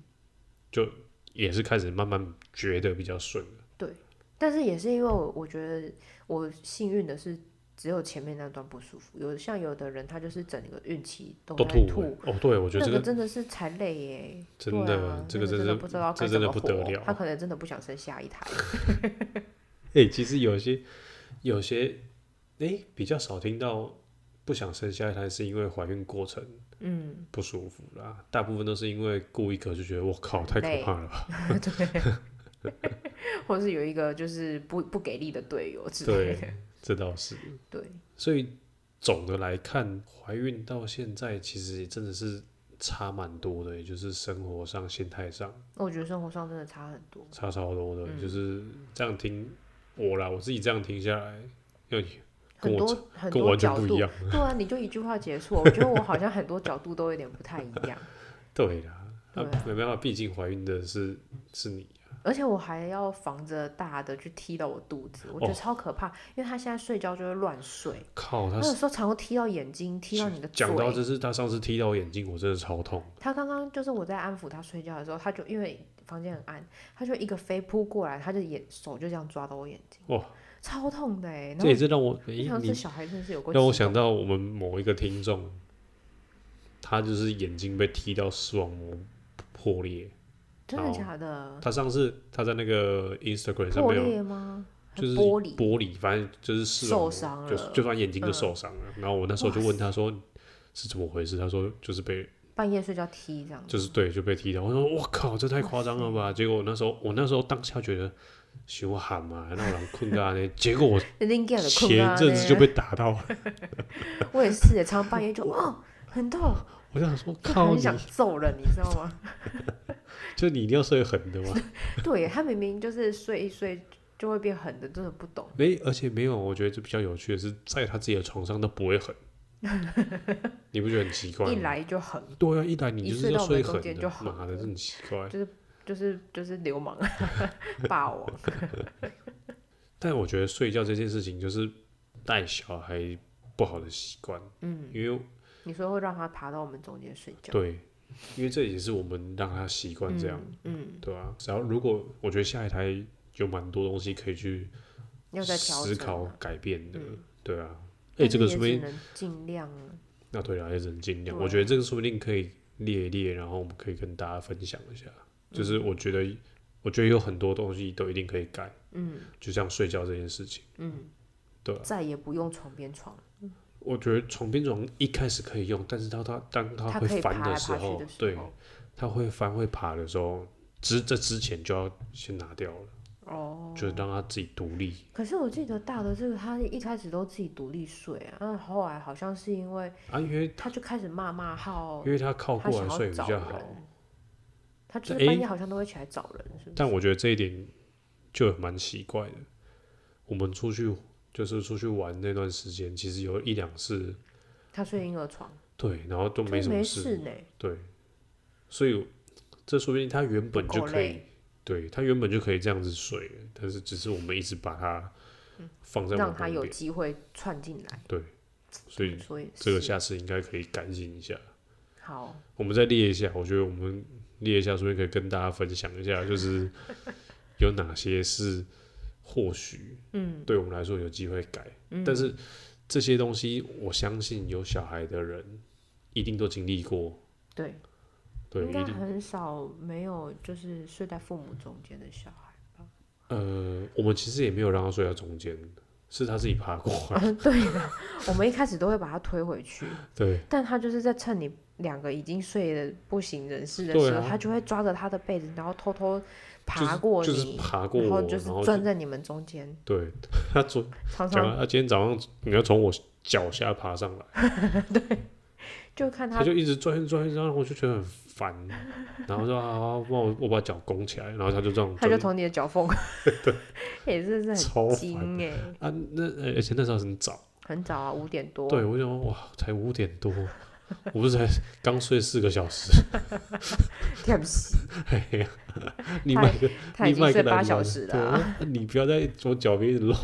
A: 也是开始慢慢觉得比较顺了。
B: 但是也是因为我我觉得我幸运的是，只有前面那段不舒服。有像有的人他就是整个孕期都
A: 都
B: 在
A: 吐了哦，对，我觉得
B: 那
A: 这
B: 个
A: 个
B: 真的是才累耶。
A: 真
B: 对
A: 的
B: 啊、
A: 这
B: 那
A: 个
B: 个
A: 真
B: 的
A: 是
B: 不知道
A: 这
B: 该
A: 真
B: 怎
A: 的
B: 么
A: 不
B: 活，
A: 得了
B: 他可能真的不想生下一胎。
A: 哎、其实有些有些哎、比较少听到不想生下一胎是因为怀孕过程
B: 嗯，
A: 不舒服啦，大部分都是因为顾一壳就觉得我靠太可怕了吧，
B: 或者是有一个就是不不给力的队友之类
A: 对
B: 的。，
A: 这倒是。
B: 对，
A: 所以总的来看，怀孕到现在其实也真的是差蛮多的，也欸就是生活上、心态上
B: 我觉得生活上真的差很多。
A: 差超多的。
B: 嗯
A: 就是这样听我啦，我自己这样听下来，要跟
B: 很
A: 我
B: 多很
A: 跟我
B: 多
A: 完全
B: 角
A: 不
B: 度
A: 一，样。
B: 对啊，你就一句话结束。我觉得我好像很多角度都有点不太一 样，
A: 对啦，
B: 对啊
A: 没办法，毕竟怀孕的是是你。
B: 而且我还要防着大的去踢到我肚子，我觉得
A: 哦
B: 超可怕，因为他现在睡觉就会乱睡，
A: 靠，
B: 他
A: 他
B: 有时候常会踢到眼睛，踢到你的嘴
A: 讲。到这是他上次踢到我眼睛，我真的超痛。
B: 他刚刚就是我在安抚他睡觉的时候，他就因为房间很暗，他就一个飞扑过来，他就眼手就这样抓到我眼睛，
A: 哇，
B: 超痛的哎、然
A: 这
B: 后
A: 也是让我哎、
B: 我想
A: 你
B: 这小孩真的是有过，
A: 让我想到我们某一个听众，他就是眼睛被踢到视网膜破裂。
B: 真的假的？
A: 他上次他在那个 Instagram 上
B: 嗯破
A: 面有，
B: 裂吗？很
A: 就是
B: 玻璃
A: 玻璃，反正就是视网膜
B: 受伤了
A: 就就算眼睛就
B: 嗯
A: 受伤了。然后我那时候就
B: 哇
A: 问他说是怎么回事，他说就是被
B: 半夜睡觉踢这样子，
A: 就是对就被踢到。我说我靠，这太夸张了吧！结果我那时候我那时候当下觉得。凶喊嘛，让我人困到呢。结 果我
B: 拎起来就困
A: 前
B: 啊
A: 阵子
B: 呢
A: 就被打到，
B: 我也是耶，常常半夜就哦很痛，
A: 我就想说
B: 就
A: 靠
B: 很
A: 你，
B: 想揍人，你知道 吗？
A: 就你一定要睡狠的嘛。
B: 对耶，他明明就是睡一睡就会变狠的，真的不懂。
A: 没，而且没有，我觉得这比较有趣的是，在他自己的床上都不会 狠，你不觉得很奇怪
B: 一
A: 吗？
B: 来就狠，
A: 对啊，一来你
B: 一
A: 就是
B: 睡
A: 要
B: 到我
A: 睡
B: 们中
A: 狠
B: 间
A: 的
B: 就，好
A: 妈的，
B: 了
A: 这很奇怪。
B: 就是就是流氓 霸王。
A: 但我觉得睡觉这件事情就是带小孩不好的习惯，
B: 嗯，
A: 因为
B: 你说会让他爬到我们中间睡觉？
A: 对，因为这也是我们让他习惯这样，
B: 嗯，嗯，
A: 对啊。只要如果我觉得下一台有蛮多东西可以去
B: 要再调
A: 思
B: 整
A: 考
B: 啊。
A: 改变的，
B: 嗯
A: 对啊。哎、
B: 但
A: 这个
B: 也
A: 是不是
B: 只能尽量啊。
A: 那对啊，也只能尽量。
B: 对啊
A: 我觉得这个说不定可以列一列，然后我们可以跟大家分享一下。
B: 嗯
A: 就是我觉得，我觉得有很多东西都一定可以改，
B: 嗯
A: 就像睡觉这件事情，
B: 嗯，
A: 对啊。
B: 再也不用床边床，
A: 我觉得床边床一开始可以用，但是到它当它
B: 他
A: 会
B: 可以爬
A: 翻
B: 来爬
A: 时
B: 去
A: 候
B: 的，时
A: 对，
B: 候。
A: 它会翻会爬的时候，之这之前就要先拿掉了，
B: 哦，
A: 就让它自己独立。
B: 可是我记得大的这个，他一开始都自己独立睡啊，那后来好像是因为
A: 啊，因为
B: 他就开始骂骂号啊
A: 因，为它靠
B: 哦他
A: 过
B: 想
A: 来
B: 要
A: 睡比
B: 找
A: 较好，
B: 人，他就
A: 诶
B: 是半夜好像都会起来找人，是不是？
A: 但我觉得这一点就蛮奇怪的。我们出去就是出去玩那段时间，其实有一两次
B: 他睡婴儿床，
A: 对，然后都没
B: 就
A: 什么
B: 没
A: 事，
B: 事呢，
A: 对，所以这说不定他原本
B: 不
A: 就
B: 够
A: 可以
B: 累，
A: 对他原本就可以这样子睡了，但是只是我们一直把它放在我
B: 嗯让
A: 们
B: 他
A: 旁
B: 有
A: 边，
B: 机会窜进来。
A: 所以
B: 所以
A: 这个
B: 是
A: 下次应该可以改进一下。
B: 好，
A: 我们再列一下，我觉得我们列一下，说不定可以跟大家分享一下，就是有哪些是或许
B: 嗯
A: 对我们来说有机会改，
B: 嗯，
A: 但是这些东西我相信有小孩的人一定都经历过，
B: 对，
A: 对，
B: 应该
A: 一定
B: 很少没有就是睡在父母中间的小孩。
A: 呃，我们其实也没有让他睡在中间，是他自己爬过来，
B: 对的，我们一开始都会把它推回去，
A: 对，
B: 但他就是在趁你两个已经睡得不省人事的
A: 对
B: 时候，
A: 啊
B: 他就会抓着他的被子，然后偷偷
A: 就是
B: 爬过你，
A: 就是爬过
B: 然
A: 我，
B: 后
A: 然
B: 就是钻在你们中间，
A: 对 他昨
B: 常
A: 讲
B: 常
A: 了，他今天早上你要从我脚下爬上来，
B: 就看
A: 他就一直钻钻钻，然后我就觉得很烦，然后说啊，好帮我我把脚拱起来，然后他就这样
B: 他就
A: 钻，
B: 从你的 脚缝， 也真是
A: 超
B: 很
A: 烦
B: 精哎、
A: 啊，那呃而且那时候很早。
B: 很早啊，五点多，
A: 对，我就想说哇，才五点多，我不是才刚睡四个小时，
B: 对不起，
A: 哎呀，另外一个
B: 他已
A: 另
B: 经
A: 外一
B: 睡
A: 个
B: 八
A: 男
B: 小
A: 人
B: 时了
A: 对
B: 啊、
A: 啊你不要在我脚边一直搂，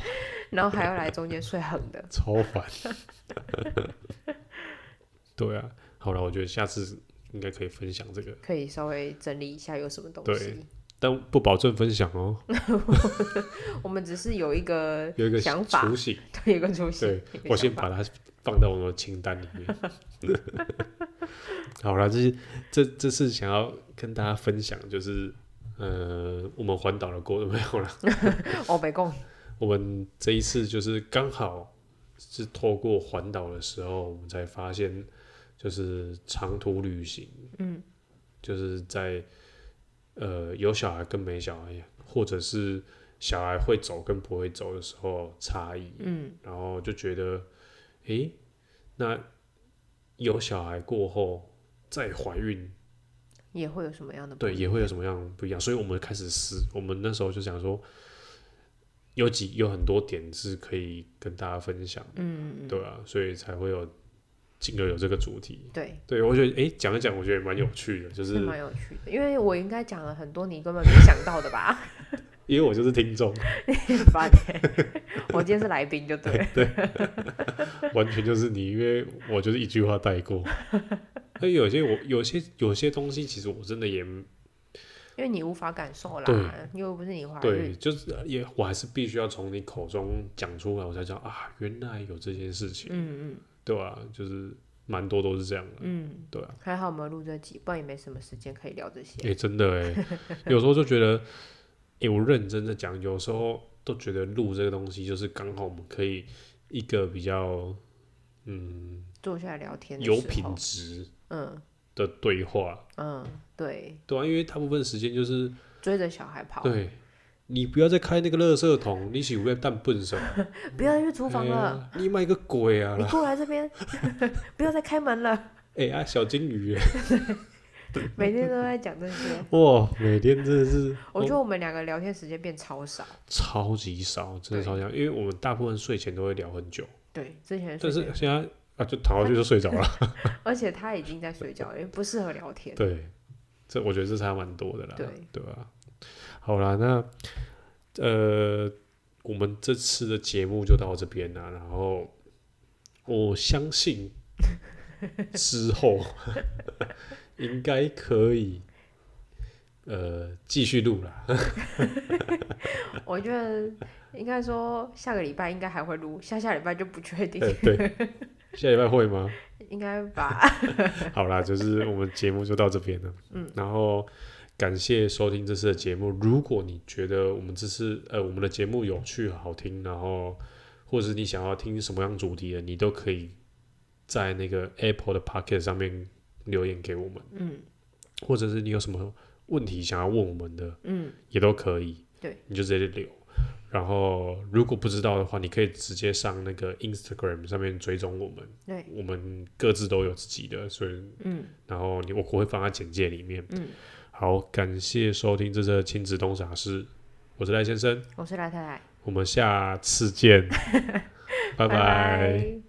B: 然后还要来中间睡横的，
A: 超烦。对啊，好了，我觉得下次应该可以分享这个，
B: 可以稍微整理一下有什么东
A: 对
B: 西。
A: 但不保证分享哦，
B: 我们只是有一个
A: 有一个
B: 想法
A: 雏形，
B: 对有一个出 息，
A: 对
B: 有一个
A: 我先
B: 想法
A: 把它放到我的清单里面。 好了，这是这这是想要跟大家分享，就是呃，我们环岛的过 没有啦，
B: 哦，北贡
A: 我们这一次就是刚好是透过环岛的时候，我们才发现，就是长途旅行，
B: 嗯，
A: 就是在呃有小孩跟没小孩，或者是小孩会走跟不会走的时候差异，
B: 嗯，
A: 然后就觉得，诶、那有小孩过后再怀孕，
B: 也会有什么样的不
A: 对，
B: 一样
A: 也会有什么样不一样。所以我们开始思，我们那时候就想说，有几有很多点是可以跟大家分享，
B: 嗯嗯嗯，
A: 对啊，所以才会有进而有这个主题。
B: 对，
A: 对，我觉得诶，讲、一讲，我觉得也蛮有趣的，就是是
B: 嗯蛮有趣的，因为我应该讲了很多你根本没想到的吧，
A: 因为我就是听众，
B: 很烦欸 我今天是来宾就对了，
A: 完全就是你，因为我就是一句话带 过。那有些我有些有些东西，其实我真的也
B: 因为你无法感受啦
A: 对，
B: 又不是你怀
A: 对，
B: 孕，
A: 就是呃也我还是必须要从你口中讲出来，我才知道啊，原来有这件事情，
B: 嗯嗯
A: 对吧、就是蛮多都是这样的，
B: 嗯，
A: 对啊，
B: 还好我们录这集，不然也没什么时间可以聊这些，
A: 哎、真的哎、有时候就觉得，哎、我认真的讲，有时候都觉得录这个东西就是刚好我们可以一个比较嗯
B: 坐下来聊天的
A: 有
B: 时
A: 品
B: 候，
A: 质
B: 嗯
A: 的对话，
B: 嗯，对，
A: 对啊，因为大部分时间就是
B: 追着小孩跑，
A: 对。你不要再开那个垃圾桶，你是不要蛋笨手？
B: 不要再去厨房了。
A: 哎呀你卖个鬼啊！
B: 你过来这边， 不要再开 门了。
A: 哎、啊，小金鱼耶，
B: 每天都在讲这些，
A: 哇，每天真的是
B: 我
A: 哦
B: 觉得我们两个聊天时间变超少。
A: 超级少，真的超级少，因为我们大部分睡前都会聊很久，
B: 对，之前
A: 但
B: 睡
A: 是
B: 觉，
A: 现在啊就躺下去就睡着 了。
B: 而且他已经在睡觉了，因为不适合聊天。
A: 对，这我觉得这差蛮多的啦，
B: 对
A: 吧、好啦，那呃，我们这次的节目就到这边啦，然后我相信之 后应该可以呃继续录啦。
B: 我觉得应该说下个礼拜应该还会录，下下礼拜就不确定，
A: 呃对，下礼拜会吗？
B: 应该 吧。
A: 好啦，就是我们节目就到这边了。嗯，然后感谢收听这次的节目。如果你觉得我们这次呃我们的节目有趣好听，然后或者是你想要听什么样主题的，你都可以在那个 Apple 的 Pocket 上面留言给我们，
B: 嗯
A: 或者是你有什么问题想要问我们的，
B: 嗯，
A: 也都可以。
B: 对，
A: 你就直接留。然后，如果不知道的话，你可以直接上那个 Instagram 上面追踪我们。
B: 对，
A: 我们各自都有自己的，所以
B: 嗯
A: 然后你我我会放在简介里面。
B: 嗯，
A: 好，感谢收听这次的亲子东傻事，我是赖先生，
B: 我是赖太太，
A: 我们下次见，拜拜
B: 拜